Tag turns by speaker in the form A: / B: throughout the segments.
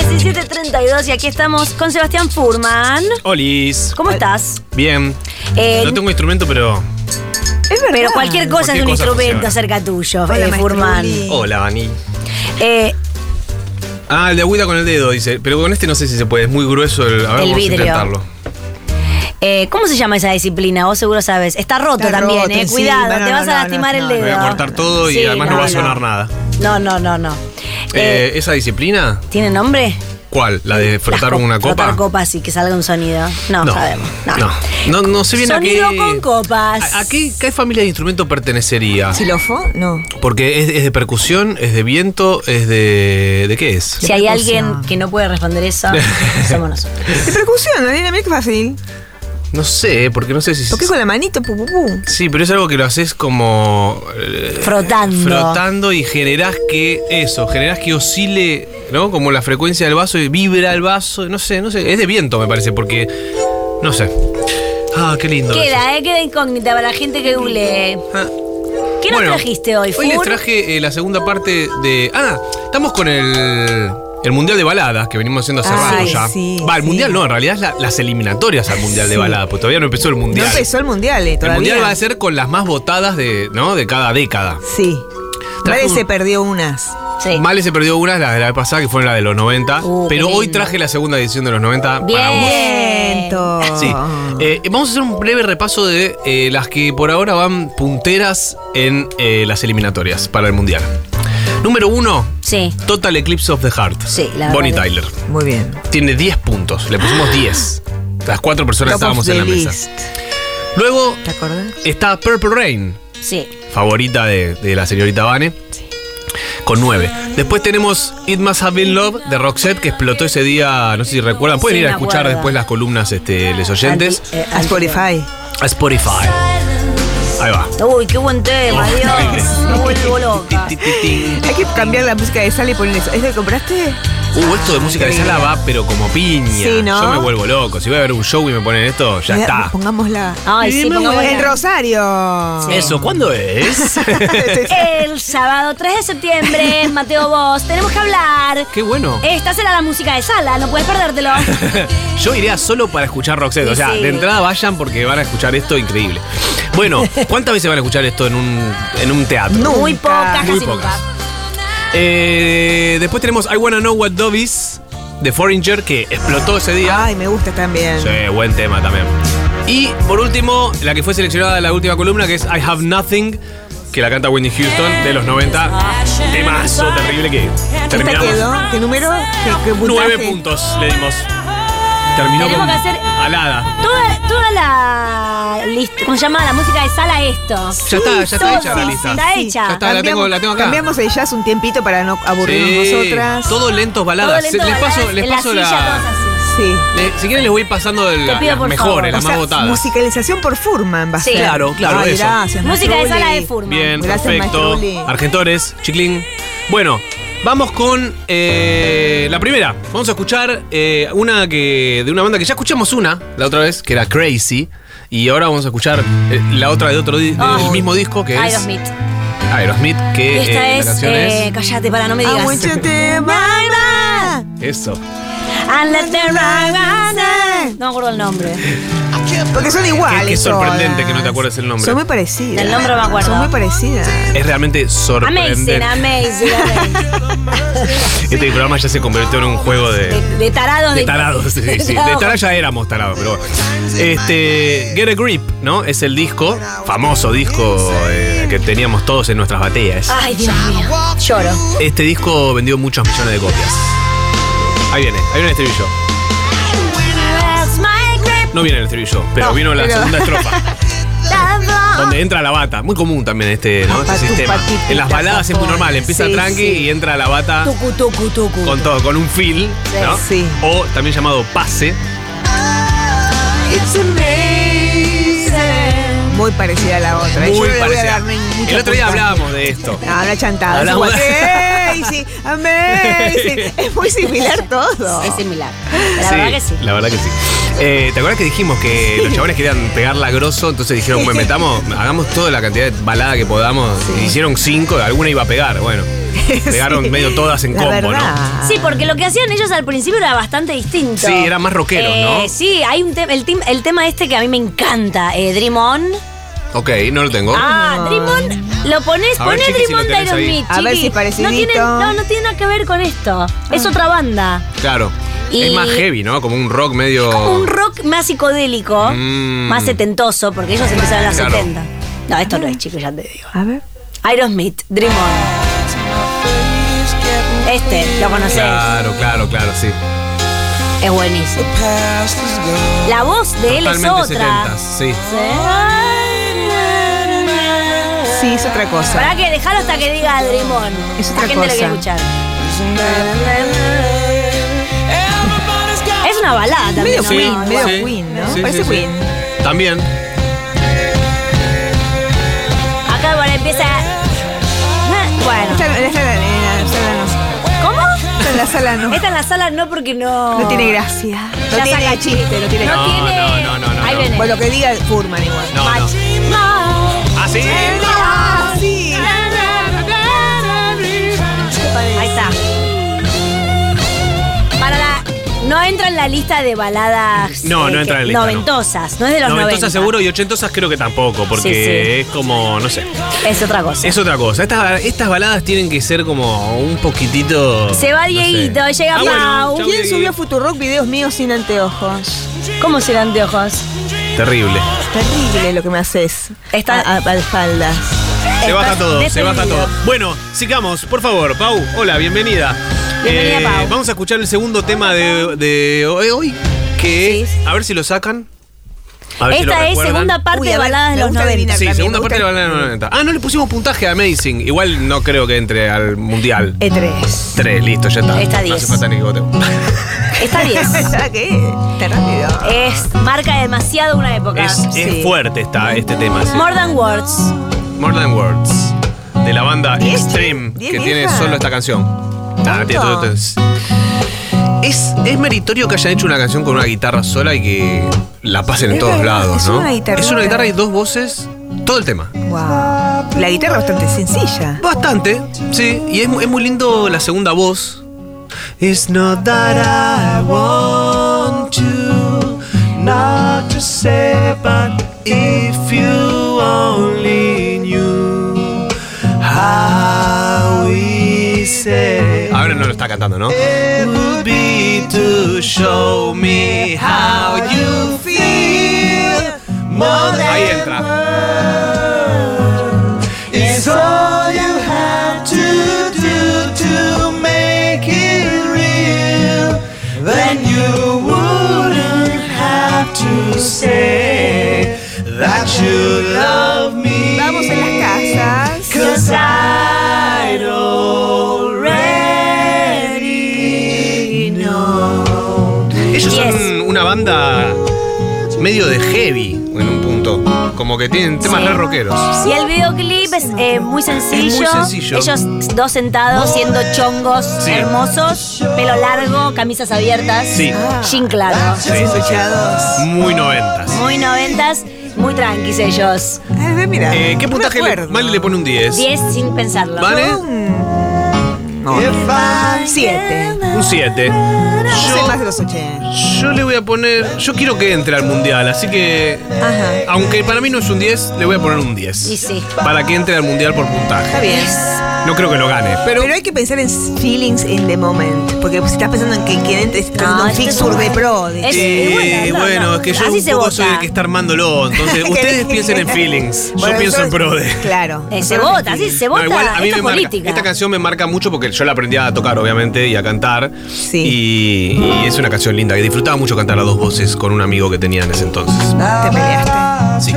A: 9.42 y aquí estamos con Sebastián Furman.
B: Olis.
A: ¿Cómo estás?
B: Bien.
A: Eh,
B: no tengo instrumento, pero.
C: Es verdad.
A: Pero cualquier cosa es
B: Cualquier
A: un
B: cosa
A: instrumento
B: funciona.
A: cerca tuyo,
C: Hola,
A: eh,
C: maestruli.
A: Furman.
B: Hola, Vani.
A: Eh,
B: Ah, el de agüita con el dedo, dice. Pero con este no sé si se puede. Es muy grueso el. A
A: El
B: ver, vamos a
A: vidrio.
B: intentarlo.
A: eh, ¿Cómo se llama esa disciplina? Vos seguro sabes. Está roto
C: Está
A: también,
C: roto,
A: eh.
C: sí.
A: Cuidado,
C: Bueno,
A: te
C: no,
A: vas a
C: no,
A: lastimar
C: no,
A: el
C: no.
A: dedo.
B: Me voy a cortar todo y
A: Sí,
B: además no, va a sonar
A: no.
B: nada.
A: No, no, no, no. Eh,
B: Eh, ¿Esa disciplina?
A: ¿Tiene nombre?
B: ¿Cuál? ¿La de frotar
A: Las co-
B: una copa?
A: Frotar copas y que salga un sonido. No, sabemos. No.
B: no. No, no sé bien
A: Sonido
B: a qué.
A: con copas.
B: ¿A, a qué, qué familia de instrumento pertenecería?
C: ¿Xilofón? No.
B: Porque es, es de percusión, es de viento, es de. ¿De qué es?
A: Si hay
C: Qué
A: alguien
C: cosa.
A: que no puede responder eso, somos nosotros.
C: De percusión, la dinámica fácil.
B: No sé, porque no sé si.
C: Toqué con la manito, pu, pu, pu.
B: Sí, pero es algo que lo haces como. eh,
A: Frotando.
B: Frotando y generás que. Eso, generás que oscile, ¿no? Como la frecuencia del vaso y vibra el vaso. No sé, no sé. Es de viento, me parece, porque. No sé. Ah, qué lindo. eso.
A: Queda, eh, queda incógnita para la gente que googlee.
B: Ah.
A: ¿Qué
B: Bueno,
A: nos trajiste hoy,
B: Hoy les
A: Fur?
B: traje eh, la segunda parte de. Ah, estamos con el. El Mundial de Baladas que venimos haciendo hace
A: Ah,
B: rato
A: sí,
B: ya.
C: sí,
B: Va, el
C: sí.
B: Mundial no, en realidad es la- las eliminatorias al Mundial de
C: Sí.
B: Baladas, porque todavía no empezó el
C: No
B: Mundial.
C: empezó el mundial, eh,
B: el
C: todavía.
B: Mundial va a ser con las más votadas de, ¿no? de cada década.
C: Sí.
B: Trajo
C: Vale
B: un-
C: se perdió unas.
A: Sí.
B: Male se perdió una, la de la vez pasada, que fueron la de los 90.
A: Uh,
B: pero
A: qué
B: hoy
A: lindo.
B: traje la segunda edición de los 90 para
A: Bien. Ah.
B: vos.
C: Viento.
B: Sí. Eh, vamos a hacer un breve repaso de eh, las que por ahora van punteras en eh, las eliminatorias para el Mundial. Número uno,
A: Sí.
B: Total Eclipse of the Heart.
A: Sí, la verdad
B: Bonnie
A: que-
B: Tyler.
C: Muy bien.
B: Tiene 10 puntos. Le pusimos 10. Las cuatro personas
C: Top of
B: estábamos en
C: the
B: la mesa.
C: list.
B: Luego
C: ¿Te acordás?
B: está Purple Rain,
A: Sí.
B: favorita de, de la señorita Vane. Con 9. Después tenemos It Must Have Been Love de Roxette, que explotó ese día. No sé si recuerdan. Pueden
A: Sí,
B: ir a
A: me
B: escuchar
A: acuerdo.
B: después las columnas, este, les oyentes.
A: Anti- eh,
C: A
A: anti-
C: Spotify.
B: A Spotify. Ahí va.
A: Uy, qué buen tema,
B: Oh,
A: Dios.
B: increíble.
A: Me vuelvo loca.
B: Ti, ti, ti.
C: Hay que cambiar la música de sal y ponerle eso. ¿Es lo que compraste?
B: Uh, esto de música de sala va, pero como piña.
C: Sí, ¿no?
B: Yo me vuelvo loco. Si voy a ver un show y me ponen esto, ya
C: Mira,
B: está.
C: Pongámosla.
A: Ay, sí, pongámosla.
C: En Rosario.
A: Sí.
B: Eso, ¿cuándo es?
A: El sábado 3 de septiembre, Mateo Vos, tenemos que hablar.
B: Qué bueno.
A: Esta será la música de sala, no puedes perdértelo.
B: Yo iría solo para escuchar Roxette.
A: Sí,
B: O sea,
A: sí.
B: de entrada vayan porque van a escuchar esto increíble. Bueno, ¿cuántas veces van a escuchar esto en un, en un teatro?
C: No.
A: Muy
C: Nunca.
A: pocas,
B: Muy
A: casi
B: pocas.
A: nunca.
B: Eh, después tenemos I Wanna Know What Dove Is de Foreigner que explotó ese día.
A: Ah.
C: Ay, me gusta también.
B: Sí, buen tema también. Y por último, la que fue seleccionada en la última columna, que es I Have Nothing, que la canta Wendy Houston de los 90. Temazo terrible que
C: ¿Esta quedó?
B: terminamos.
C: ¿Qué número? ¿Qué, qué
B: Nueve
C: puntaje?
B: puntos le dimos. Terminó
A: Tenemos
B: con
A: que hacer-
B: alada.
A: Toda, toda la lista, ¿cómo se llama? La música de sala esto.
B: Ya está, ya está
A: todo,
B: hecha la lista.
A: Está hecha.
B: Ya está, la tengo, la tengo acá.
C: Cambiamos el jazz un tiempito para no aburrirnos
B: Sí,
C: nosotras.
B: Todo lentos
A: Todo
B: baladas.
A: lento,
B: les
A: baladas,
B: paso, les
A: en la
B: paso
A: silla, todos
B: la.
A: así.
C: Sí.
B: le- si quieren les voy pasando el-
A: Te pido,
B: las
A: por
B: mejores,
A: favor.
B: las
C: O
B: más
C: sea,
B: votadas.
C: musicalización por Furman va a
A: Sí.
C: ser.
B: Claro, claro,
C: Ay,
B: eso.
C: Gracias, Ah,
A: Música de
C: Mastrulli.
A: sala de Furman.
B: Bien,
C: Gracias,
B: perfecto.
C: Maestruli.
B: Argentores, chiclín. Bueno, vamos con eh, la primera. Vamos a escuchar eh, una que de una banda que ya escuchamos una la otra vez, que era Crazy. Y ahora vamos a escuchar eh, la otra de otro di- del
A: Oh.
B: mismo disco, que es
A: Aerosmith.
B: Aerosmith, que
A: Y esta
B: eh, la
A: es,
B: canción
A: eh, Cállate, para, no me
C: I
A: digas.
C: want you to my mind.
B: es. Eso.
A: And let the right one- No me acuerdo el nombre.
C: Porque son iguales.
B: Qué- qué sorprendente
C: todas.
B: que no te acuerdes el nombre.
C: Son muy parecidas.
A: Del nombre me acuerdo.
C: Son muy parecidas.
B: Es realmente sorprendente.
A: Amazing, amazing, amazing.
B: Este programa ya se convirtió en un juego
A: De,
B: de.
A: de tarados.
B: De tarados, sí, sí. De tarados ya éramos tarados, pero bueno. Este, Get a Grip, ¿no? Es el disco, famoso disco eh, que teníamos todos en nuestras batallas.
C: Ah.
A: Ay, Dios mío. Lloro.
B: Este disco vendió muchos millones de copias. Ahí viene, ahí viene el estribillo.
A: That's my grip,
B: No viene el estribillo, pero
C: No,
B: vino la
C: pero-
B: segunda estrofa,
A: that's all.
B: donde entra la bata. Muy común también este, ¿no?
C: Patu,
B: este sistema.
C: patitita,
B: En las baladas es muy
C: tapón.
B: normal, empieza
C: Sí,
B: tranqui
C: sí.
B: y entra la bata
A: Tucu, tucu, tucu.
B: con todo, con un feel, ¿no?
C: Sí.
B: O también llamado pase.
C: It's amazing. Muy parecida a la otra. Yo
B: Muy
C: no le voy a
B: parecida.
C: dar ni- mucho
B: El otro día
C: puntaje.
B: hablábamos de esto.
C: No, no chantada. Es
B: Hablamos-
C: igual. Amazing, amazing. Es muy similar todo.
A: Es similar. La verdad que sí.
B: La verdad que sí. Eh, ¿Te acuerdas que dijimos que los chavales querían pegarla grosso? Entonces dijeron, bueno, metamos, hagamos toda la cantidad de balada que podamos. Hicieron cinco, alguna iba a pegar, bueno. Pegaron
C: Sí.
B: medio todas en
C: La
B: combo,
C: verdad.
A: Sí, porque lo que hacían ellos al principio era bastante distinto.
B: Sí, eran más rockeros,
A: Eh,
B: ¿no?
A: Sí, hay un tema, el, tim- el tema este que a mí me encanta, eh, Dream On.
B: ¿no? Ok, no lo tengo.
A: Ah,
C: On.
A: Dream On, lo pones,
B: A ver,
A: poné
B: chiqui, si
A: Dream
B: lo
A: On de
B: tenés ahí.
A: Aerosmith,
C: A ver
A: chiqui.
C: si Ah. parecidito.
A: No tiene, no, no tiene nada que ver con esto, es otra banda.
B: Claro.
A: Y-
B: Es más heavy, ¿no? Como un rock medio.
A: Un rock más psicodélico,
B: Oh. Mm.
A: más setentoso, porque ellos empezaron en los
B: Claro.
A: 70. No, esto no es, chico, ya te digo.
C: A ver.
A: Aerosmith, Dream On. Este, lo conocés.
B: Claro, claro, claro, sí.
A: Es buenísimo. La voz de él
B: Totalmente
A: es otra.
B: 70s, sí.
C: Sí, es otra cosa.
A: Para que dejalo hasta que diga Dream On.
C: Es
A: La
C: otra
A: gente lo quiere
C: cosa.
A: escuchar. Es una balada también.
C: Medio
A: ¿no?
C: Queen,
A: No,
C: medio
A: no.
C: Queen, ¿no? Parece Queen.
B: También.
A: Acá bueno, empieza. Bueno.
C: Está en la sala, en la sala no.
A: ¿Cómo?
C: Está en la sala no.
A: Esta en la sala no porque no.
C: No tiene gracia. No
A: Ya
C: tiene
A: saca
C: chiste, no tiene
A: No,
B: No,
C: gracia.
A: tiene.
B: no, no, no, no,
A: Ahí
B: no.
A: viene.
C: Bueno, lo que diga Furman igual.
B: No, no.
A: Machismo.
B: Ah, sí.
C: Ah, sí.
A: Ahí está. Para la- No entra en la lista de baladas eh,
B: No, no entra en la
A: que-
B: lista, no.
A: noventosas, no. es de los
B: No,
A: 90.
B: entonces seguro y ochentosas creo que tampoco, porque
A: Sí, sí.
B: es como, no sé.
A: Es otra cosa.
B: Es otra cosa. Estas, estas baladas tienen que ser como un poquitito. Ah,
A: Se va Dieguito, llega Pau.
B: chau,
C: ¿Quién
B: Dieguito.
C: subió a Futurock videos míos sin anteojos?
A: ¿Cómo serán de ojos?
B: Terrible.
C: Terrible lo que me haces.
A: Está-
C: a, a- a espaldas.
B: Se
A: Estás
B: baja todo, se baja
A: despedido.
B: todo. Bueno, sigamos, por favor. Pau, hola, bienvenida. Eh,
A: Bienvenida, Pau.
B: Vamos a escuchar el segundo tema de, de hoy, hoy, que es.
A: Sí.
B: A ver si lo sacan. A ver si lo
A: Esta es
B: recuerdan.
A: segunda parte
C: Uy, a
A: de
C: ver,
A: baladas de
C: me
A: los
C: gusta
A: 90.
C: adivinar.
B: Sí,
C: también,
B: segunda
C: me
B: parte de la
C: gusta
B: balada de los 90. Ah, no le pusimos puntaje a Amazing. Igual no creo que entre al mundial.
C: E
A: E3.
B: Tres, listo, ya está.
A: Está
B: no hace
A: diez. Ah,
B: falta ni que votemos.
A: Está 10.
C: ¿Sabes qué? Está rápido.
B: Eh.
A: es marca demasiado una época.
B: Es, es
C: Sí.
B: fuerte esta, este tema. sí.
A: More than words.
B: More Than Words de la banda
C: Diez,
B: Extreme
C: diez
B: que tiene
C: viejas.
B: solo esta canción. Nada, tiene todo esto. Es, es- es meritorio que hayan hecho una canción con una guitarra sola y que la pasen en
C: Es
B: todos
C: verdad,
B: lados,
C: es
B: ¿no?
C: una guitarra.
B: es una guitarra y dos voces, todo el tema.
C: Wow. La guitarra es bastante sencilla.
B: Bastante, sí, y es, mu- es muy lindo la segunda voz. It's not that I want you not to say, but if you only knew how we say. Ahora no lo está cantando, ¿no? It would be to show me how you feel. more than Ahí entra. It's all you have to do to make it real. Then you wouldn't have to say that you love me.
C: Vamos en las casas.
B: Cause I already know. Ellos son
A: Yes.
B: una banda medio de heavy en un punto. Como que tienen temas
A: Sí.
B: re rockeros.
A: Y el videoclip es eh, muy sencillo.
B: Es muy sencillo.
A: Ellos dos sentados siendo chongos
B: Sí.
A: hermosos, pelo largo, camisas abiertas,
B: Sí.
A: jean claro.
B: Sí, sí, sí. Muy noventas.
A: Muy noventas, muy tranquis ellos.
C: A ver, mira.
B: Eh, ¿Qué
C: no me
B: puntaje le,
C: acuerdo.
B: Male le pone un 10?
A: 10 sin pensarlo.
B: ¿Vale?
C: No, no. Siete.
B: Un 7.
C: Yo soy más de
B: Yo,
C: los 80.
B: yo le voy a poner. Yo quiero que entre al mundial, así que.
C: Ajá.
B: Aunque para mí no es un 10, le voy a poner un 10.
A: Y sí.
B: Para que entre al mundial por puntaje.
C: Está bien.
B: No creo que lo gane, pero.
C: Pero, hay que pensar en feelings in the moment. Porque si estás pensando en que quien entre está haciendo un
A: este es
C: fixture
A: un-
C: de pro. de-
A: Es-
B: Eh,
A: y bueno,
B: bueno,
A: no, no.
B: es que yo
A: Así
B: un
A: se
B: poco
A: vota.
B: soy el que está armándolo, entonces Eh, ustedes piensen en feelings, yo
C: Bueno,
B: pienso en
C: nosotros-
B: Prode.
C: Claro.
A: Eh, se
C: Nosotros en
A: vota, sí,
C: feelings.
A: se vota.
B: No, igual a mí
A: Esto
B: me
A: es
B: marca-
A: política.
B: esta canción me marca mucho porque yo la aprendí a tocar, obviamente, y a cantar.
C: Sí.
B: Y, y es una canción linda, que disfrutaba mucho cantar a dos voces con un amigo que tenía en ese entonces.
C: Te peleaste.
B: Sí,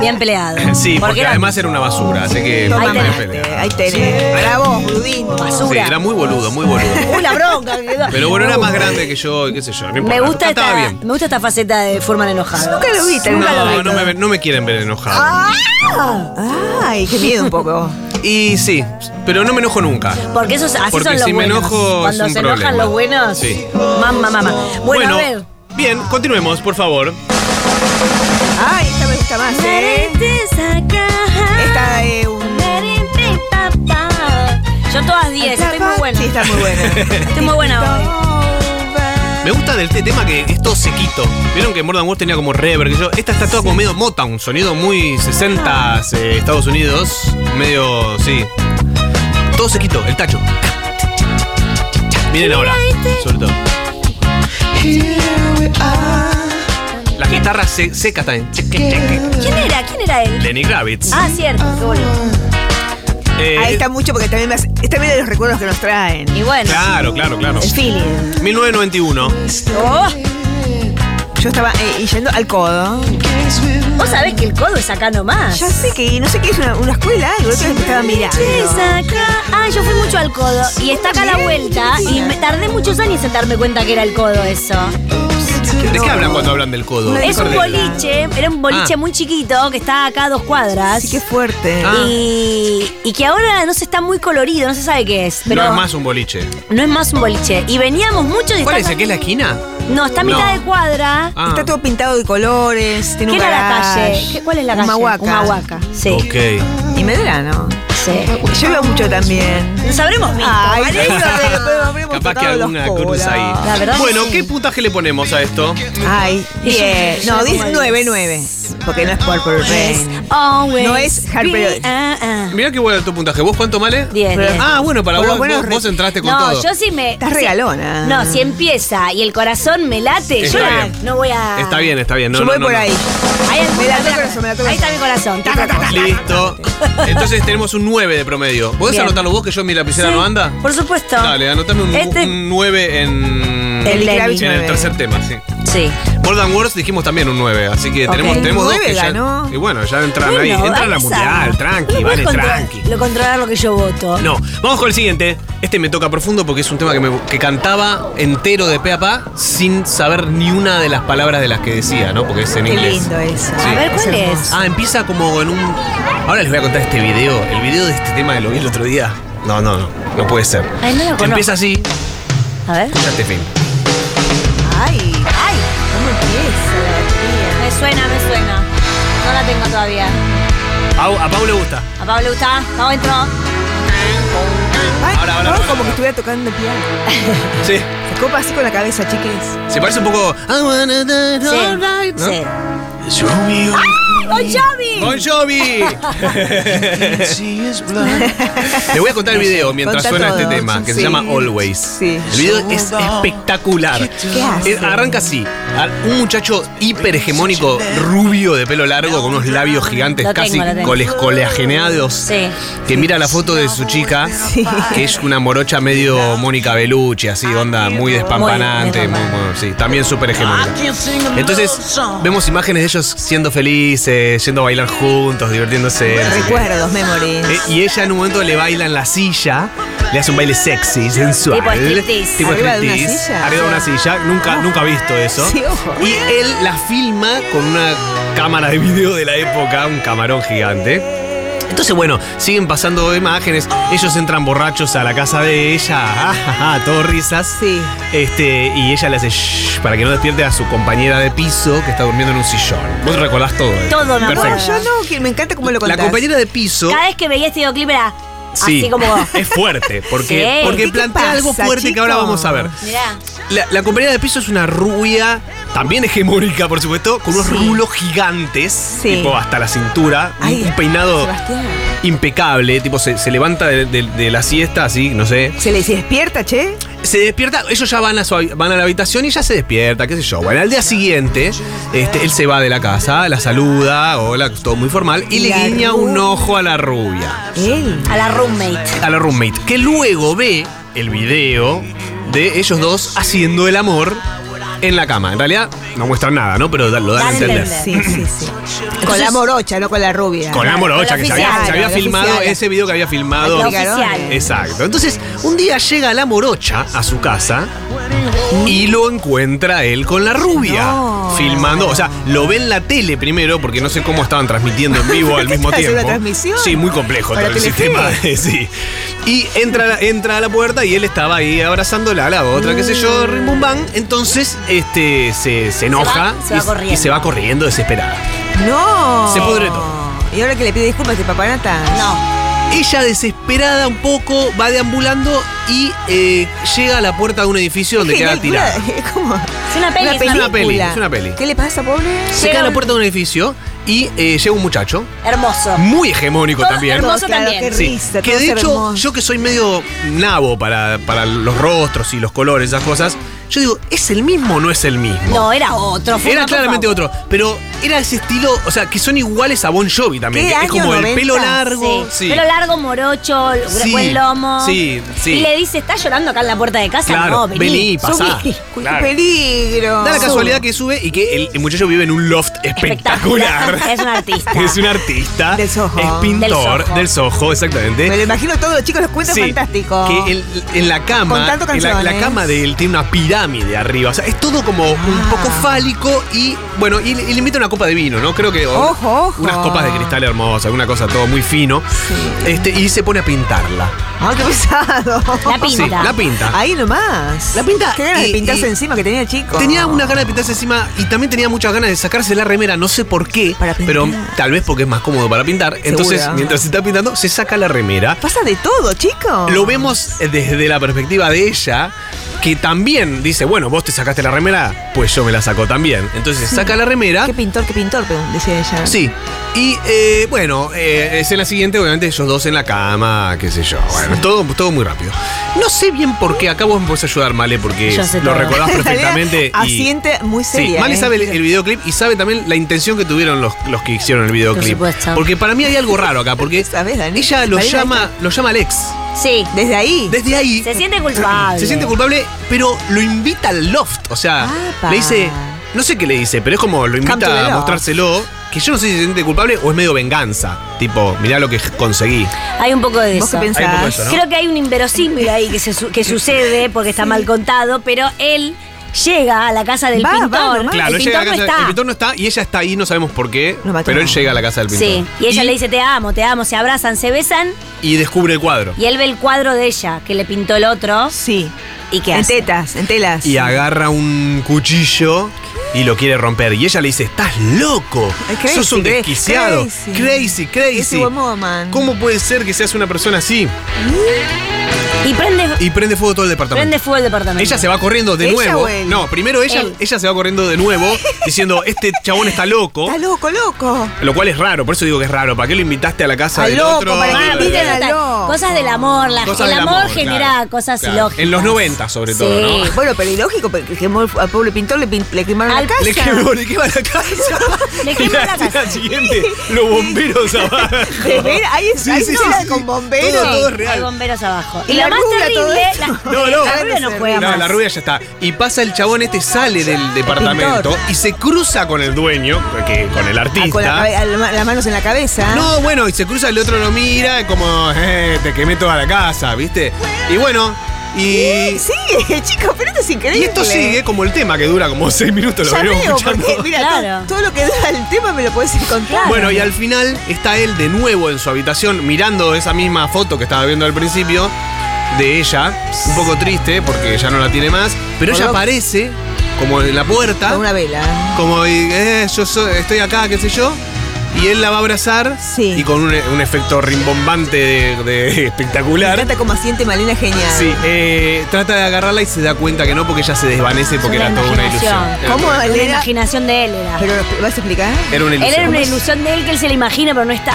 A: Bien peleado.
B: Sí, porque
A: era
B: además era una basura, así que
A: Ahí
B: mamá me
A: tenés.
B: pelea.
C: Ahí tenés. Para vos, Budín.
A: basura.
B: Sí, era muy boludo, muy boludo.
A: Uy, la bronca. que quedó.
B: Pero bueno, era más grande que yo, y qué sé yo. no
A: Me
B: importa,
A: gusta,
B: cantaba
A: esta,
B: bien.
A: me gusta esta faceta de Furman enojado.
C: Nunca lo vi, tan-
B: No, no me, no me quieren ver enojado.
A: Ah,
C: Ay, qué miedo un poco.
B: Y sí, pero no me enojo nunca.
A: Porque esos, así
B: Porque
A: son los
B: si me
A: buenos.
B: enojo, es
A: Cuando
B: un
A: se enojan
B: problema.
A: los buenos.
B: Sí.
A: Mamá, mamá. Bueno, a ver.
B: bien, continuemos, por favor.
C: Ay, esta me gusta más, ¿eh? Esta es un.
A: Yo todas 10. Estoy muy buena.
C: Sí, está muy buena.
A: Estoy muy buena hoy.
B: Me gusta del este tema que es todo sequito. Vieron que Modern Warfare tenía como reverb. que yo- esta está toda como medio Motown, sonido muy 60 Estados Unidos. Medio, sí. Todo sequito, el tacho. Miren ahora, sobre todo. Las guitarras se- secas también. Cheque, cheque.
A: ¿Quién era? ¿Quién era él?
B: Lenny Kravitz.
A: Ah, cierto. qué boludo.
B: Eh,
C: Ahí está mucho porque también me hace- es también de los recuerdos que nos traen.
A: Y bueno.
B: Claro, claro, claro.
C: El feeling.
B: 1991.
A: Oh,
C: Yo estaba eh, yendo al codo.
A: vos sabés que el codo es acá nomás.
C: Ya sé que no sé qué es una, una escuela, algo que me estaba mirando.
A: Es acá. Ah, yo fui mucho al codo. Y está acá a la vuelta. Y me tardé muchos años en darme cuenta que era el codo eso.
B: ¿De qué hablan cuando hablan del codo?
A: Es un
B: Corte.
A: boliche. Era un boliche
B: Ah.
A: muy chiquito que está acá a dos cuadras.
C: Así que fuerte.
B: Ah.
A: Y, y que ahora no se está muy colorido, no se sabe qué es. Pero
B: No es más un boliche.
A: no es más un boliche. Y veníamos mucho y
B: ¿Cuál es?
A: está-
B: ¿Aquí es la esquina?
A: No, está a mitad
B: No.
A: de cuadra.
B: Ah.
C: Está todo pintado de colores, tiene
A: ¿Qué
C: un
A: era la
C: garage.
A: calle? ¿Qué- ¿Cuál es la calle?
C: Humahuaca.
A: Humahuaca, sí.
B: Ok.
C: Y Medrano.
A: sí.
C: Yo veo mucho también.
A: Nos habremos visto.
C: Ay,
A: ¿vale?
C: seguro que lo habremos
B: Capaz que
C: tocado los
B: alguna
C: colas.
B: cruz ahí.
A: La verdad
B: bueno,
A: que sí.
B: ¿qué puntaje le ponemos a esto?
C: Ay, 10.
A: Yo- yo
C: No,
A: le pongo
C: 19,
A: diez.
C: 9. Porque no es Purple Rain.
A: Always
C: No es
A: be-
C: Harper.
A: ah, ah.
B: Mirá que bueno tu puntaje. ¿Vos cuánto vale?
A: Diez, diez.
B: Ah, bueno, para
C: Por
B: vos,
C: lo menos
B: vos, vos
C: re-
B: entraste con
A: No,
B: todo.
A: yo sí me.
C: Estás
A: sí-
C: regalona.
A: No, si empieza y el corazón me late,
B: Está
A: yo no-
B: bien.
A: no voy a.
B: Está bien, está bien. No,
C: Yo
B: no,
C: voy
B: no,
C: por
B: no.
C: ahí.
A: Ahí, está-
C: Me la toca el corazón, me la toca el
A: ahí está mi corazón. Ta, ta, ta, ta, ta.
B: Listo. Entonces tenemos un 9 de promedio. ¿Podés
A: Bien.
B: anotarlo vos que yo en mi lapicera
A: Sí,
B: no anda?
A: Por supuesto.
B: Dale, anotame un,
A: Este-
B: 9 en.
A: El
C: Lenny Kravitz
B: en el
C: nueve.
B: tercer tema, sí.
A: Sí.
B: Golden Wars dijimos también un 9, así que
C: Ok.
B: tenemos, tenemos dos
C: Nueve
B: que ya-
C: ganó.
B: Y bueno, ya entran
A: Bueno,
B: ahí. Entran a la
A: vamos
B: mundial,
A: a- No
B: tranqui,
A: puedes
B: vale,
A: controlar-
B: tranqui.
A: Lo controlar lo que yo voto.
B: No, vamos con el siguiente. Este me toca profundo porque es un tema que, me- que cantaba entero de pe a pa sin saber ni una de las palabras de las que decía, ¿no? Porque es en
C: Qué
B: inglés.
C: lindo eso.
B: Sí.
A: A ver cuál es.
C: hermoso.
B: Ah, empieza como en un. Ahora les voy a contar este video. El video de este tema que lo vi el otro día. No, no, no. No puede ser.
A: Ay, no lo conozco.
B: empieza así.
A: A ver.
B: Escucha este fin.
C: Ay,
A: Ay,
C: ¿cómo empieza la batería?
A: me suena, me suena. No la tengo todavía.
B: A, a Pau le gusta.
A: A Pablo gusta. Vamos adentro.
C: Ay,
B: Ahora, ahora,
C: no,
B: ahora.
C: como que estuviera tocando piano.
B: Sí.
C: Se copa así con la cabeza, chiques.
B: Se parece un poco. I wanna do it
A: Sí.
B: all right, ¿no?
A: Sí. ¡Ah!
D: Show me your
A: ¡Bon Jovi!
B: Bon Jovi.
D: sea is blood.
B: Le voy a contar el video mientras
C: Contá
B: suena
C: todo.
B: este tema, que se
C: Sí.
B: llama Always.
C: Sí.
B: El video es espectacular.
C: ¿Qué hace?
B: Eh, Arranca así. a- Un muchacho hiper hegemónico, rubio, de pelo largo, con unos labios gigantes,
A: Lo tengo,
B: casi
A: lo tengo.
B: coles- coleageneados.
A: Sí.
B: Que mira la foto de su chica, que es una morocha medio Mónica Bellucci, así, onda muy despampanante.
A: Ah, Muy despampanante.
B: muy- muy- sí, también súper hegemónica. Entonces, vemos imágenes de ellos siendo felices, yendo a bailar juntos, divirtiéndose. no sé qué.
C: Recuerdos, memories.
B: Eh, Y ella en un momento le baila en la silla, le hace un baile sexy, sensual.
A: Tipo striptease.
C: Arriba de una
B: striptease,
C: silla. Ah.
B: Arriba de una silla. Nunca, nunca visto eso.
C: Sí, ojo.
B: Y él la filma con una cámara de video de la época, un camarón gigante. Entonces, bueno, siguen pasando imágenes. Ellos entran borrachos a la casa de ella, ah, ah, ah, todo risas.
C: Sí.
B: Este, y ella le hace shh para que no despierte a su compañera de piso que está durmiendo en un sillón. Vos recordás todo esto.
A: Todo, me acuerdo.
C: Bueno,
B: Perfecto.
C: yo no, que me encanta cómo lo
B: La
C: contás.
B: compañera de piso.
A: Cada vez que veía este videoclip era así como.
B: Es fuerte, porque,
A: Sí.
B: porque
A: ¿Qué-
C: qué
B: plantea
C: pasa,
B: algo fuerte que ahora
C: chicos?
B: vamos a ver.
A: Mirá.
B: La, la compañera de piso es una rubia, también hegemónica, por supuesto, con unos
C: Sí.
B: rulos gigantes,
C: Sí.
B: tipo hasta la cintura, un-
C: Ay,
B: un peinado
C: Sebastián.
B: impecable, tipo se, se levanta de, de- de la siesta, así, no sé.
C: Se le se despierta, che.
B: Se despierta, ellos ya van a, su habi- van a la habitación y ya se despierta, qué sé yo. Bueno, al día siguiente, este, él se va de la casa, la saluda, hola, todo muy formal, y le
C: La
B: guiña un
C: rubia.
B: ojo a la rubia
C: Él.
A: A la roommate.
B: a la roommate, que luego ve el video de ellos dos haciendo el amor en la cama. En realidad no muestran nada, ¿no? Pero da- lo dan a
A: Dan a
B: entender.
A: entender.
C: Sí, sí, sí. con la morocha, no con la rubia.
B: Con la morocha,
A: Con la
B: que se había,
A: oficial,
B: se había
C: la
B: filmado
C: oficial.
B: ese video que había filmado.
A: La
C: Dos.
A: oficial.
B: Exacto. Entonces, un día llega la morocha a su casa y lo encuentra él con la rubia.
C: No.
B: Filmando, o sea, lo ve en la tele primero, porque no sé cómo estaban transmitiendo en vivo al mismo
C: Estaba haciendo
B: tiempo.
C: la transmisión.
B: Sí, muy complejo
C: Para
B: todo el
C: Telefe.
B: sistema. sí. Y entra, entra a la puerta y él estaba ahí abrazándola a la otra, qué sé yo, rimbumbán. Entonces, este se, se enoja
A: se va
B: y- y,
A: corriendo.
B: se va corriendo desesperada.
C: No.
B: Se pudre todo.
C: este Y ahora que le pide disculpas de papanata.
A: No.
B: Ella desesperada un poco va deambulando y eh, llega a la puerta de un edificio donde queda
C: Genial,
B: tirada.
C: pura- Es como.
A: Es una peli.
C: Una
A: es una
B: una
C: película.
B: peli, es una peli.
C: ¿Qué le pasa, pobre?
B: Se queda a la puerta de un edificio y eh, llega un muchacho,
A: peli. Hermoso.
B: muy hegemónico
A: Todo
B: también.
A: hermoso.
C: Todo, claro,
A: también.
C: Qué
B: Sí,
C: risa,
B: que
C: todo
B: de
C: ser
B: hecho,
C: hermoso.
B: yo que soy medio nabo para, para los rostros y los colores, esas cosas, yo digo, ¿es el mismo o no es el mismo?
A: No, era otro. Fuma,
B: Era
A: por
B: claramente
A: favor.
B: otro, pero era ese estilo, o sea, que son iguales a Bon Jovi también.
C: ¿Qué
B: que es
C: año,
B: como el
C: 90?
B: pelo largo.
A: Sí. Pelo largo, morocho,
B: Sí,
A: buen lomo.
B: sí, sí.
A: Y le dice, ¿estás llorando acá en la puerta de casa?
B: Claro,
A: no, vení,
B: vení, pasá.
A: subí".
C: Uy,
B: Claro.
C: ¡Qué peligro!
B: Da la casualidad que sube y que el, el muchacho vive en un loft espectacular.
A: Espectacular. Es un artista.
B: Es un artista.
C: Del Soho.
B: Es
A: Del
B: pintor.
A: Soho.
B: Del sojo, exactamente.
C: Me lo imagino todos los chicos, los cuentos
B: Sí,
C: fantásticos.
B: Que el- en la cama.
C: Con tanto
B: en la, la
C: canciones.
B: cama de él tiene una pirámide arriba. O sea, es todo como un
C: Ah.
B: poco fálico y. Bueno, y, le y le invita una copa de vino, ¿no? Creo que. o-
C: Ojo, ojo.
B: Unas copas de cristal hermosas, una cosa todo muy fino. Este, y se pone a pintarla.
C: ¡Ah, qué pesado!
A: La pinta.
B: Sí, la pinta.
C: Ahí nomás.
B: Ah. La pinta
C: Qué ganas
B: y-
C: de pintarse
B: y-
C: encima que tenía el chico.
B: Tenía una gana de pintarse encima y también tenía muchas ganas de sacarse la remera, no sé por qué,
C: Para pintar.
B: pero tal vez porque es más cómodo para pintar. Entonces,
C: Seguro.
B: mientras se está pintando, se saca la remera.
C: Pasa de todo, chico.
B: Lo vemos eh, desde la perspectiva de ella, que también dice, bueno, vos te sacaste la remera, pues yo me la saco también. Entonces saca la remera.
C: Qué pintor, qué pintor, pero decía ella.
B: Sí. Y eh, bueno, eh, escena siguiente, obviamente, ellos dos en la cama, qué sé yo. Bueno, todo, todo muy rápido. No sé bien por qué, acá vos me podés ayudar, Male, porque
A: Yo sé
B: lo
A: todo.
B: recordás perfectamente. y-
C: Asiente muy
B: Sí,
C: seria.
B: Male
C: ¿eh?
B: sabe el, el videoclip y sabe también la intención que tuvieron los, los que hicieron el videoclip.
A: Por supuesto.
B: Porque para mí hay algo raro acá, porque
C: ¿Sabes, Dani?
B: ella lo
C: Male la
B: llama, lo llama Alex.
A: Sí.
C: Desde ahí.
B: Desde ahí
A: Se siente culpable.
B: se siente culpable, pero lo invita al loft. O sea,
C: Apa.
B: le dice. No sé qué le dice, pero es como lo
C: Come to the
B: invita a
C: loft.
B: mostrárselo. Que yo no sé si se siente culpable o es medio venganza. Tipo, mirá lo que conseguí.
A: Hay un poco de
C: ¿Vos qué
A: eso.
B: Hay un poco de
C: pensás?
B: eso, ¿no?
A: Creo que hay un inverosímil ahí que, se su- que sucede porque está mal contado, pero él llega a la casa del
C: Va, va,
A: pintor.
C: nomás.
B: Claro,
A: el
B: él llega a
A: pintor
B: la
A: no
B: casa.
A: está.
B: El pintor no está y ella está ahí, no sabemos por qué.
C: Lo mató.
B: Pero él llega a la casa del pintor.
A: Sí, y ella le dice te amo, te amo, se abrazan, se besan
B: Y descubre el cuadro.
A: y él ve el cuadro de ella que le pintó el otro
C: Sí.
A: y qué
C: En
A: hace.
C: tetas, en telas.
B: Y agarra un cuchillo y lo quiere romper. Y ella le dice, estás loco.
C: Ay, crazy,
B: Sos un
C: crazy,
B: desquiciado. Crazy, crazy.
C: crazy. Crazy woman.
B: ¿Cómo puede ser que seas una persona así?
A: Y prende,
B: Y prende fuego todo el departamento.
A: prende fuego el departamento.
B: Ella se va corriendo de
C: ¿Ella
B: nuevo.
C: o él?
B: No, primero ella,
A: Él.
B: ella se va corriendo de nuevo diciendo, este chabón está loco.
C: Está loco, loco.
B: Lo cual es raro, por eso digo que es raro. ¿Para qué lo invitaste a la casa
C: Al
B: del
C: loco,
B: otro?
C: para que
A: Ah,
C: lo
A: ¿viste?
C: Mira, la loca.
A: Cosas del amor, la-
B: Cosas
A: el
B: del
A: amor,
B: amor,
A: genera
B: claro,
A: cosas
B: claro.
A: ilógicas.
B: En los 90 sobre todo,
A: Sí.
B: ¿no?
C: Eh, Bueno, pero ilógico, porque quemó al pobre pintor le, pin- le quemaron
A: Al-
C: la casa.
B: Le quemó, le quema la casa.
A: Le quema
B: Y
A: la casa.
B: siguiente, los bomberos abajo.
C: De ver, ahí es- ahí no, con bomberos.
B: Todo, todo es
A: Hay
B: real.
A: bomberos abajo. Y,
C: Y
A: lo
C: la
A: más
C: rubia, todo
A: terrible,
C: esto.
A: la,
B: No, no.
A: la rubia no juega
B: No,
A: más.
B: la rubia ya está. Y pasa el chabón este, sale del departamento
C: pintor.
B: y se cruza con el dueño, que, con el
C: Ah,
B: artista.
C: con la cabe- al- las manos en la cabeza.
B: No, bueno, y se cruza, el otro lo mira, como, eh, te quemé toda la casa, ¿viste? Y bueno, y,
C: Sigue, chicos, eh, pero esto es increíble.
B: y esto sigue como el tema que dura como seis minutos, lo
C: Ya
B: venimos
C: veo,
B: escuchando.
C: porque mira,
A: Claro.
C: todo, todo lo que da el tema me lo podés encontrar.
B: Bueno, y al final está él de nuevo en su habitación mirando esa misma foto que estaba viendo al principio de ella, un poco triste porque ya no la tiene más, pero
C: Por
B: ella
C: lo-
B: aparece como en la puerta,
C: Con una vela.
B: como eh, yo soy- estoy acá, qué sé yo. Y él la va a abrazar
C: Sí.
B: y con un, un efecto rimbombante de- de
C: Me
B: espectacular.
C: encanta como asiente Malena genial.
B: Sí, eh, trata de agarrarla y se da cuenta que no porque ya se desvanece porque
A: Es una
B: era toda una ilusión.
A: imaginación.
B: Era
C: ¿Cómo
B: una-
A: La
C: Malena?
A: imaginación de él era.
C: Pero vas a explicar.
B: Era una
A: Él
B: ilusión.
A: era una ilusión de él que él se la imagina, pero no está.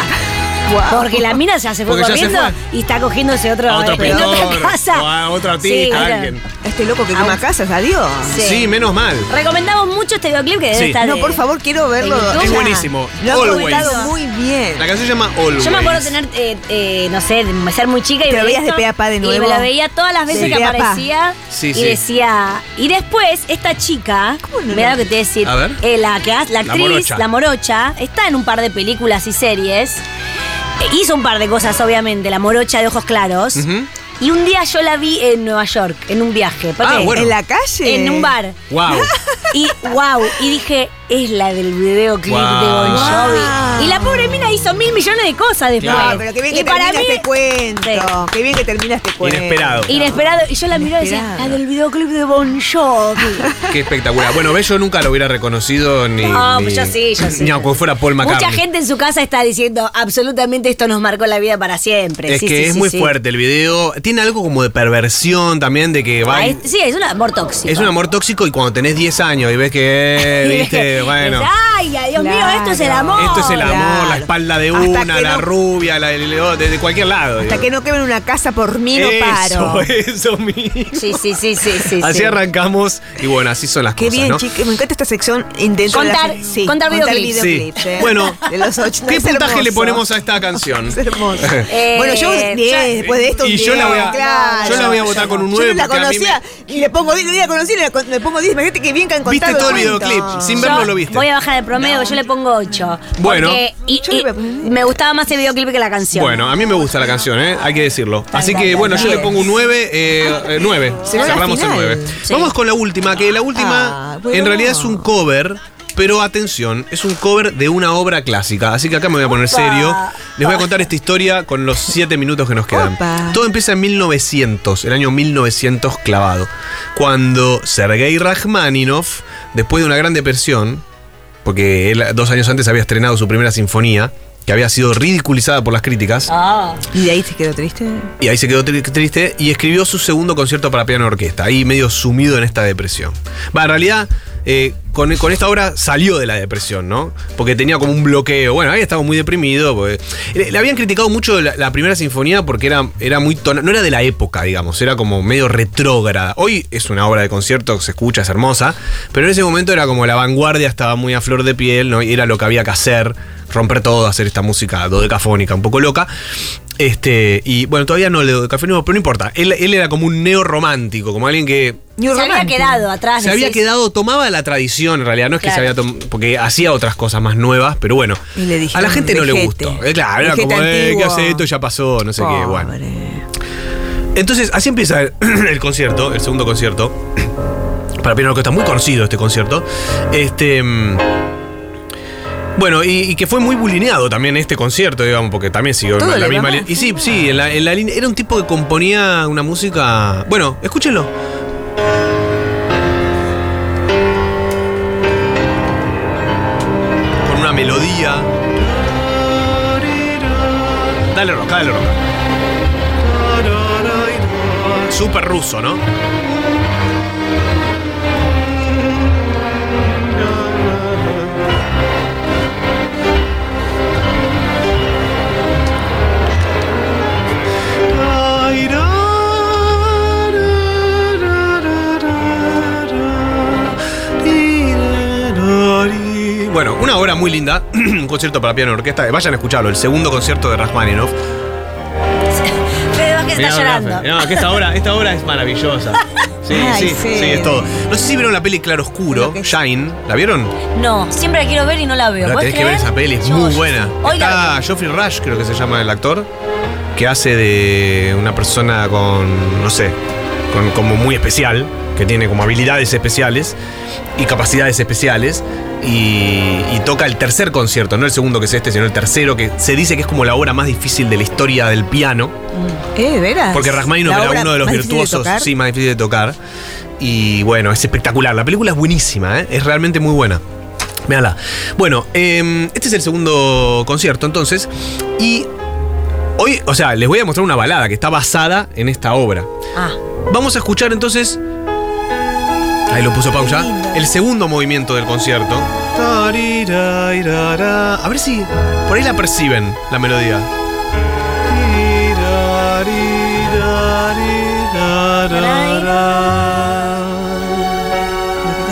C: Guau.
A: Porque la mina ya se fue
B: Porque ya se
A: corriendo y está cogiéndose otro, este,
B: a otro
A: en otra
B: pintor,
A: casa.
B: o a otro artista,
A: Sí, claro.
B: alguien.
C: Este loco que
A: Ah,
C: quema
A: un-
C: casas, adiós.
A: Sí.
B: Sí. menos mal.
A: Recomendamos mucho este videoclip que debe
B: Sí.
A: estar.
C: No,
A: de-
C: por favor, quiero verlo.
A: Es
C: ya.
B: buenísimo.
C: Lo han
B: Always.
C: comentado muy bien.
B: La canción se llama Always.
A: Yo me acuerdo tener, eh, eh, no sé, de ser muy chica y
C: Te lo
A: ver
C: veías de
A: esto,
C: pe a pa de
A: Y
C: nuevo.
A: me lo veía todas las veces
C: Sí.
A: que
C: De pe a pa.
A: aparecía.
B: Sí,
A: y
B: sí.
A: decía. Y después, esta chica,
C: ¿Cómo no
A: mira lo
C: lo-
A: que te voy a decir.
B: A ver.
A: eh, la, que hace- la
B: La
A: actriz, la morocha.
B: morocha.
A: está en un par de películas y series. Eh, Hizo un par de cosas, obviamente, la morocha de ojos claros.
B: Ujú.
A: Y un día yo la vi en Nueva York, en un viaje. ¿Por
B: Ah,
A: qué?
B: bueno.
C: ¿En la calle?
A: En un bar.
B: Wow.
A: Y wow, y dije, es la del videoclip
B: Wow.
A: de Bon Jovi.
C: Wow.
A: Y la pobre mina hizo mil millones de cosas después.
B: Claro.
C: Ah, pero qué bien que
A: y para
C: termina
A: mí,
C: este cuento. Qué bien que termina este cuento.
B: Inesperado.
A: inesperado. Y yo la miraba y decía,
C: Inesperado.
A: la del videoclip de Bon Jovi.
B: Qué espectacular. Bueno, Bello nunca lo hubiera reconocido ni.
A: No,
B: ni-
A: pues yo sí, yo sí.
B: Ni aunque fuera Paul McCartney.
A: Mucha gente en su casa está diciendo, absolutamente esto nos marcó la vida para siempre.
B: Es
A: Sí,
B: que
A: sí,
B: es
A: sí,
B: muy
A: sí.
B: fuerte el video. Tiene algo como de perversión también, de que va.
A: Ah,
B: y-
A: es- sí, es un amor tóxico.
B: es un amor tóxico y cuando tenés 10 años y ves que, eh, viste, bueno.
A: Ay, ay, Dios mío, esto es el
C: Claro.
A: amor.
B: Esto es el amor,
C: "Ah, Claro.
B: la espalda de
C: Hasta
B: una,
C: que
B: la
C: no-
B: rubia, la del de, de cualquier lado.
C: Hasta que no queme en una casa por mí no
B: Eso,
C: paro.
B: eso mismo.
A: Sí, sí, sí, sí, sí.
B: así
A: sí.
B: arrancamos y bueno, así son las
C: Qué
B: cosas,
C: bien,
B: ¿no?
C: chicos. Me encanta esta sección. Intento
A: Contar- contar videoclips.
C: videoclips,
B: Sí.
C: eh.
B: Bueno,
C: de los ocho-
B: ¿Qué
C: es
B: puntaje le
C: hermoso.
B: ponemos a esta canción?
C: Es hermoso.
A: Eh,
C: bueno, yo
A: ya-
C: 10, después de esto un
B: Y yo la
C: 10,
B: voy a-
C: claro.
B: yo la voy a votar con un
C: Yo
B: 9
C: no la
B: porque a mí
C: conocía y le pongo 10, no la conocí, le, le pongo 10, imagínate que bien que han
B: Viste
C: contado
B: todo el
C: cuento. Ah.
B: videoclip, sin
A: Yo
B: verlo lo viste.
A: Voy a bajar el promedio, yo le pongo 8.
B: Bueno.
A: y,
C: Yo le voy a poner-
A: y me gustaba más el videoclip que la canción.
B: Bueno, a mí me gusta la canción, ¿eh? hay que decirlo. Así
A: tan,
B: que
A: tan,
B: bueno,
A: tan.
B: yo le pongo un 9, eh, eh, 9.
C: Será la
B: Cerramos en
C: final.
B: 9.
A: Sí.
B: Vamos con la última, que la última
C: Ah, bueno.
B: en realidad es un cover, pero atención, es un cover de una obra clásica. Así que acá me voy a poner serio. Les voy a contar esta historia con los 7 minutos que nos quedan.
C: Opa.
B: Todo empieza en 1900, el año 1900 clavado, cuando Sergei Rachmaninoff, después de una gran depresión, porque él dos años antes había estrenado su primera sinfonía, que había sido ridiculizada por las críticas.
A: Ah.
C: Y de ahí se quedó triste.
B: Y ahí se quedó tri- triste y escribió su segundo concierto para piano y orquesta, ahí medio sumido en esta depresión. Va, en realidad, eh, con, con esta obra salió de la depresión, ¿no? Porque tenía como un bloqueo. Bueno, ahí estaba muy deprimido. porque- Le, le habían criticado mucho la, la primera sinfonía porque era, era muy tona- no era de la época, digamos, era como medio retrógrada. Hoy es una obra de concierto, se escucha, es hermosa, pero en ese momento era como la vanguardia, estaba muy a flor de piel, ¿no? Y era lo que había que hacer, romper todo, hacer esta música dodecafónica, un poco loca. Este, y bueno, todavía no le café pero no importa. Él, él era como un neorromántico, como alguien que
C: New
A: Se había
C: Romantic.
A: quedado
C: Ah,
A: atrás.
B: se había
A: decís.
B: quedado, tomaba la tradición en realidad, no es que se
A: Claro.
B: había tom- porque hacía otras cosas más nuevas, pero bueno.
C: Y le dijeron,
B: a la gente no le
C: "Vejete,
B: gustó. Eh, claro, era
C: vejete
B: como, eh, ¿qué
C: antiguo". Oh,
B: hace esto? Ya pasó, no sé qué, bueno.
C: Pobre.
B: Entonces, así empieza el, el concierto, el segundo concierto. Para piano y orquesta, muy conocido este concierto. Este. mm, Bueno, y, y que fue muy bulineado también este concierto, digamos, porque también siguió
C: Todo
B: la,
C: le
B: misma
C: va.
B: línea. Y sí, sí, en la, en la línea. Era un tipo que componía una música. Bueno, escúchenlo. Con una melodía. Dale rock, dale rock. Súper ruso, ¿no? Bueno, una obra muy linda, un concierto para piano y orquesta. Vayan a escucharlo, el segundo concierto de Rachmaninoff.
A: Fede Vázquez está
B: Mirá, mirá,
A: llorando.
B: Fede. No, que esta obra, esta obra es maravillosa. Sí,
C: Ay,
B: sí,
C: Fede.
B: sí, es todo. No sé si vieron la peli Claro Oscuro,
C: Lo que-
B: Shine. ¿La vieron?
A: No, siempre la quiero ver y no la veo.
B: La
A: ¿Podés
B: tenés que ver
A: creer?
B: esa peli, es
A: Yo-
B: muy buena.
A: Hoy la
B: Está Geoffrey Rush, creo que se llama el actor, que hace de una persona con, no sé, con, como muy especial, que tiene como habilidades especiales y capacidades especiales. Y, y toca el tercer concierto, no el segundo que es este, sino el tercero, que se dice que es como la obra más difícil de la historia del piano.
C: Eh, ¿de veras?
B: Porque Rachmaninoff
C: La
B: era
C: obra
B: uno de los
C: más difícil
B: virtuosos,
C: tocar.
B: sí, más difícil de tocar. Y bueno, es espectacular. La película es buenísima, ¿eh? es realmente muy buena. Véala. Bueno, eh, este es el segundo concierto, entonces. Y hoy, o sea, les voy a mostrar una balada que está basada en esta obra.
A: Ah,
B: Vamos a escuchar entonces. Ahí lo puso pausa. El segundo movimiento del concierto. A ver si por ahí la perciben, la melodía.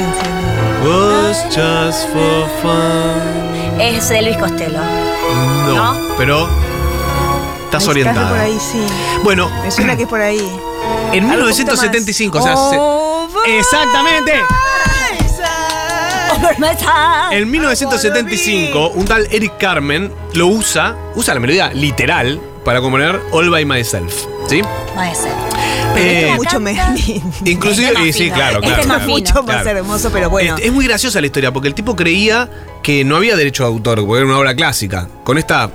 B: Was just for fun.
A: es de Luis Costello.
B: No, pero estás
C: Ahí
B: orientada. Ah,
C: por ahí, sí.
B: Bueno,
C: Me suena que es por ahí.
B: en
C: Algo un poquito más. Oh.
B: 1975, o sea, se-
C: Over
B: exactamente.
C: my side.
A: Over my time.
B: En 1975, un tal Eric Carmen lo usa, usa la melodía literal para componer All by Myself. ¿Sí?
A: Puede ser.
C: pero esto
B: Eh,
C: es mucho más lindo.
B: Inclusive,
A: Este es
B: y
A: más
B: sí,
A: fino,
B: claro,
A: este
B: claro.
A: es más
B: claro.
A: fino.
C: Mucho más
B: Claro. Eh,
C: hermoso, pero bueno.
B: Es, es muy graciosa la historia, porque el tipo creía que no había derecho de autor, porque era una obra clásica. Con esta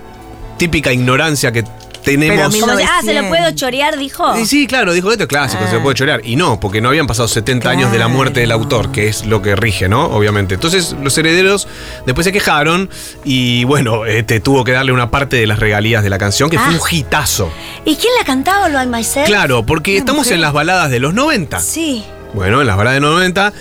B: típica ignorancia que tenemos.
C: mil
A: Como si, ah, se lo
C: 1900.
A: puedo chorear, dijo.
B: Y sí, claro, dijo, esto es clásico,
A: Ah.
B: se lo puede chorear. Y no, porque no habían pasado 70 años de la muerte del
C: Claro.
B: autor, que es lo que rige, ¿no? Obviamente. Entonces, los herederos después se quejaron y, bueno, este, tuvo que darle una parte de las regalías de la canción, que fue
A: Ah.
B: un hitazo.
A: ¿Y quién la cantaba, Lo By Myself?
B: Claro, porque estamos en las baladas de los 90.
A: Sí.
B: Bueno, en las baladas de 90.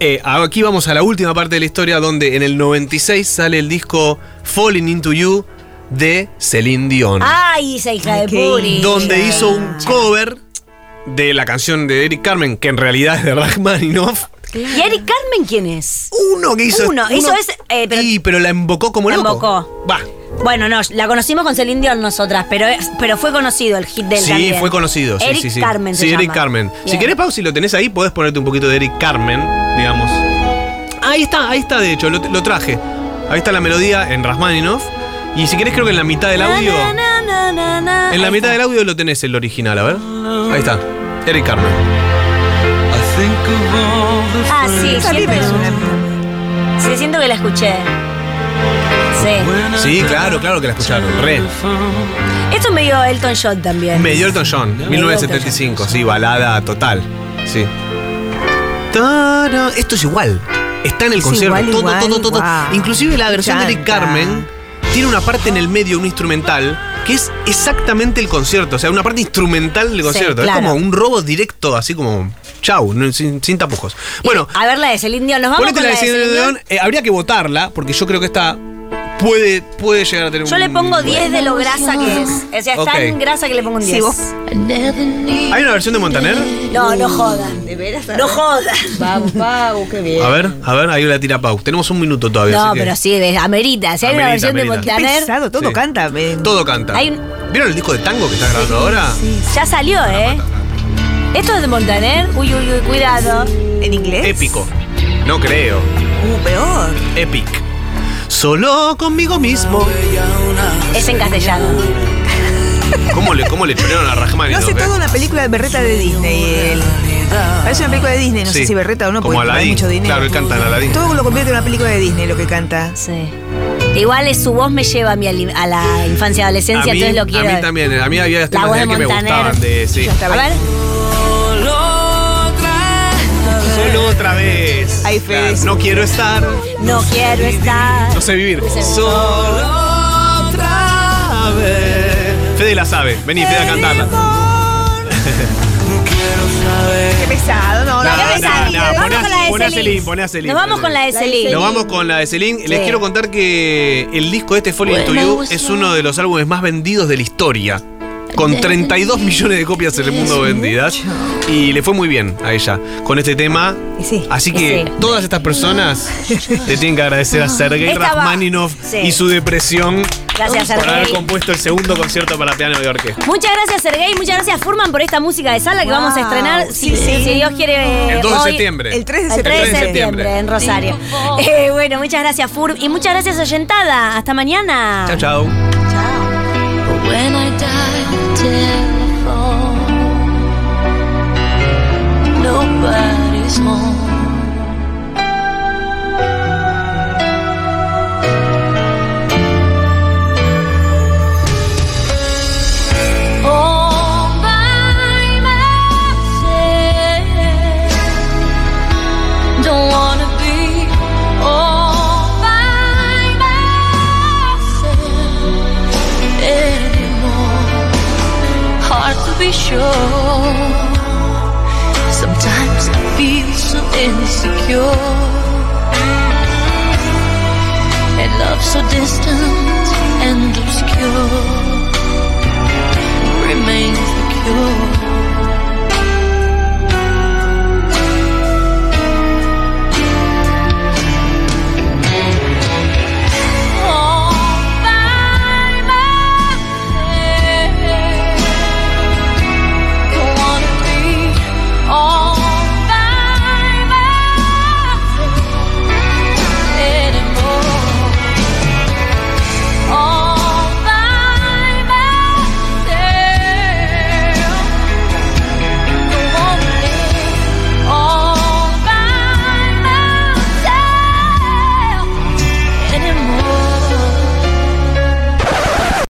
B: Eh, aquí vamos a la última parte de la historia donde en el 96 sale el disco Falling Into You de Celine Dion.
A: Ay, esa hija
C: Ay,
A: de
C: qué
A: Puri.
B: donde hizo un cover de la canción de Eric Carmen, que en realidad es de Rachmaninoff.
A: ¿Y Eric Carmen quién es?
B: Uno que hizo.
A: Uno, hizo ese- eh, pero-
B: Sí, pero la embocó como
A: La
B: loco.
A: embocó.
B: Va.
A: Bueno, no, la conocimos con Celine Dion nosotras, pero, es- pero fue conocido el hit del
B: Sí,
A: también.
B: fue conocido. Sí,
A: Eric
B: sí, sí.
A: Carmen se
B: Sí, Eric
A: llama.
B: Carmen. Si
A: Bien.
B: querés, Pau, si lo tenés ahí, podés ponerte un poquito de Eric Carmen, digamos. Ahí está, ahí está, de hecho, lo, lo traje. Ahí está la melodía en Rachmaninoff. Y si querés, creo que en la mitad del
A: Na,
B: audio.
A: na, na, na, na, na.
B: En la
A: Ahí
B: mitad
A: está.
B: del audio lo tenés el original, a ver. Ahí está. Eric Carmen.
A: Ah, sí,
C: Esa
A: siempre.
B: eh,
C: vive una-
A: Sí, siento que la escuché. Sí.
B: Sí, claro, claro que la escucharon. Re.
A: Esto me dio Elton John también.
B: Medio Elton John, 1975, sí, balada total. Sí. Tará, Esto es igual. Está en el
C: Es
B: concierto.
C: igual,
B: todo,
C: igual,
B: todo, todo.
C: guau.
B: Inclusive la versión de Eric
C: Chanta.
B: Carmen tiene una parte en el medio, un instrumental, que es exactamente el concierto. O sea, una parte instrumental del concierto.
A: claro.
B: Es como un robo directo, así como. Chau, no, sin, sin tapujos. Bueno,
A: A ver la de Celine Dion. Nos vamos
B: ponete
A: con
B: la de Celine
A: Celine
B: Dion. Eh, habría que votarla, porque yo creo que esta puede, puede llegar a tener
A: Yo
B: un.
A: le pongo 10 de lo grasa que es. O sea, es
B: Ok.
A: tan grasa que le pongo un 10.
C: Si vos-
B: ¿Hay una versión de Montaner?
A: No, no jodan.
C: De veras,
A: No jodan.
C: Pau, Pau, qué bien.
B: A ver, a ver, ahí la tira Pau. Tenemos un minuto todavía.
A: No,
B: así que
A: pero sí, de- amerita. Si hay una
B: Amerita,
A: versión de
B: amerita.
A: Montaner,
C: Pesado, todo
B: Sí.
C: canta. me-
B: Todo canta.
A: Hay un-
B: ¿Vieron el disco de tango que está grabando ahora?
A: ya salió, ¿eh? Esto es de Montaner. Uy, uy, uy, cuidado.
C: ¿En inglés?
B: Épico. No creo.
C: Uh, peor.
B: Epic. Solo conmigo mismo.
A: Es en castellano.
B: ¿Cómo le, cómo le chorearon a Rachmaninoff?
C: No hace
B: eh?
C: toda una película de Berreta de Disney. él. Parece una película de Disney, no
B: Sí.
C: sé si Berreta o no,
B: Como
C: porque hay
B: Aladdin.
C: mucho dinero.
B: Claro, él canta en Aladdin.
C: Todo lo convierte en una película de Disney lo que canta.
A: Sí. Igual es- su voz me lleva a, mi ali- a la infancia,
B: A
A: adolescencia,
B: mí,
A: entonces lo quiero.
B: a mí
A: ver.
B: también. A mí había temas
A: voz
B: de él
A: de
B: que me
A: Montaner.
B: gustaban de. Sí.
C: Ya está,
A: A ver,
B: Solo otra vez.
C: Ay, Fede, sí.
B: no quiero estar.
A: no quiero estar.
B: No sé vivir.
A: sé vivir.
B: Solo otra vez. Fede la sabe. Vení, Fede a cantarla.
C: Qué pesado, no,
B: No,
C: la
A: Qué
B: no,
A: pesadilla.
B: no,
A: Nos vamos
B: poné-
A: con la de
B: poné a
A: Celine.
B: Celine, poné a Celine,
A: Nos vamos
B: poné a
A: con la de Celine.
B: Nos vamos con la de Celine. Les
A: Sí.
B: quiero contar que el disco este, Falling to You, es uno de los álbumes más vendidos de la historia. Con 32 millones de copias en el mundo vendidas. Y le fue muy bien a ella con este tema.
C: Y sí,
B: Así
A: y
B: que
A: sí.
B: todas estas personas le tienen que agradecer a Sergei
A: Esta va-
B: Rachmaninoff
A: Sí.
B: y su depresión
A: Gracias,
B: por haber
A: Sergei.
B: compuesto el segundo concierto para piano y orquesta.
A: Muchas gracias, Sergei. Muchas gracias, Furman, por esta música de sala que
C: Wow,
A: vamos a estrenar. si,
C: sí, sí.
A: si Dios quiere. eh,
B: El 2 de
A: hoy-
B: septiembre.
C: El 3 de
A: El 3 de
C: septiembre.
A: septiembre en Rosario. Eh, bueno, muchas gracias, Fur. Y muchas gracias, Oyentada. Hasta mañana.
B: Chao, chao.
E: When I die, telephone. Nobody's home. All by myself. Don't wanna be all by myself anymore. Hard to be sure. Sometimes I feel so insecure. And love so distant and obscure remains the cure.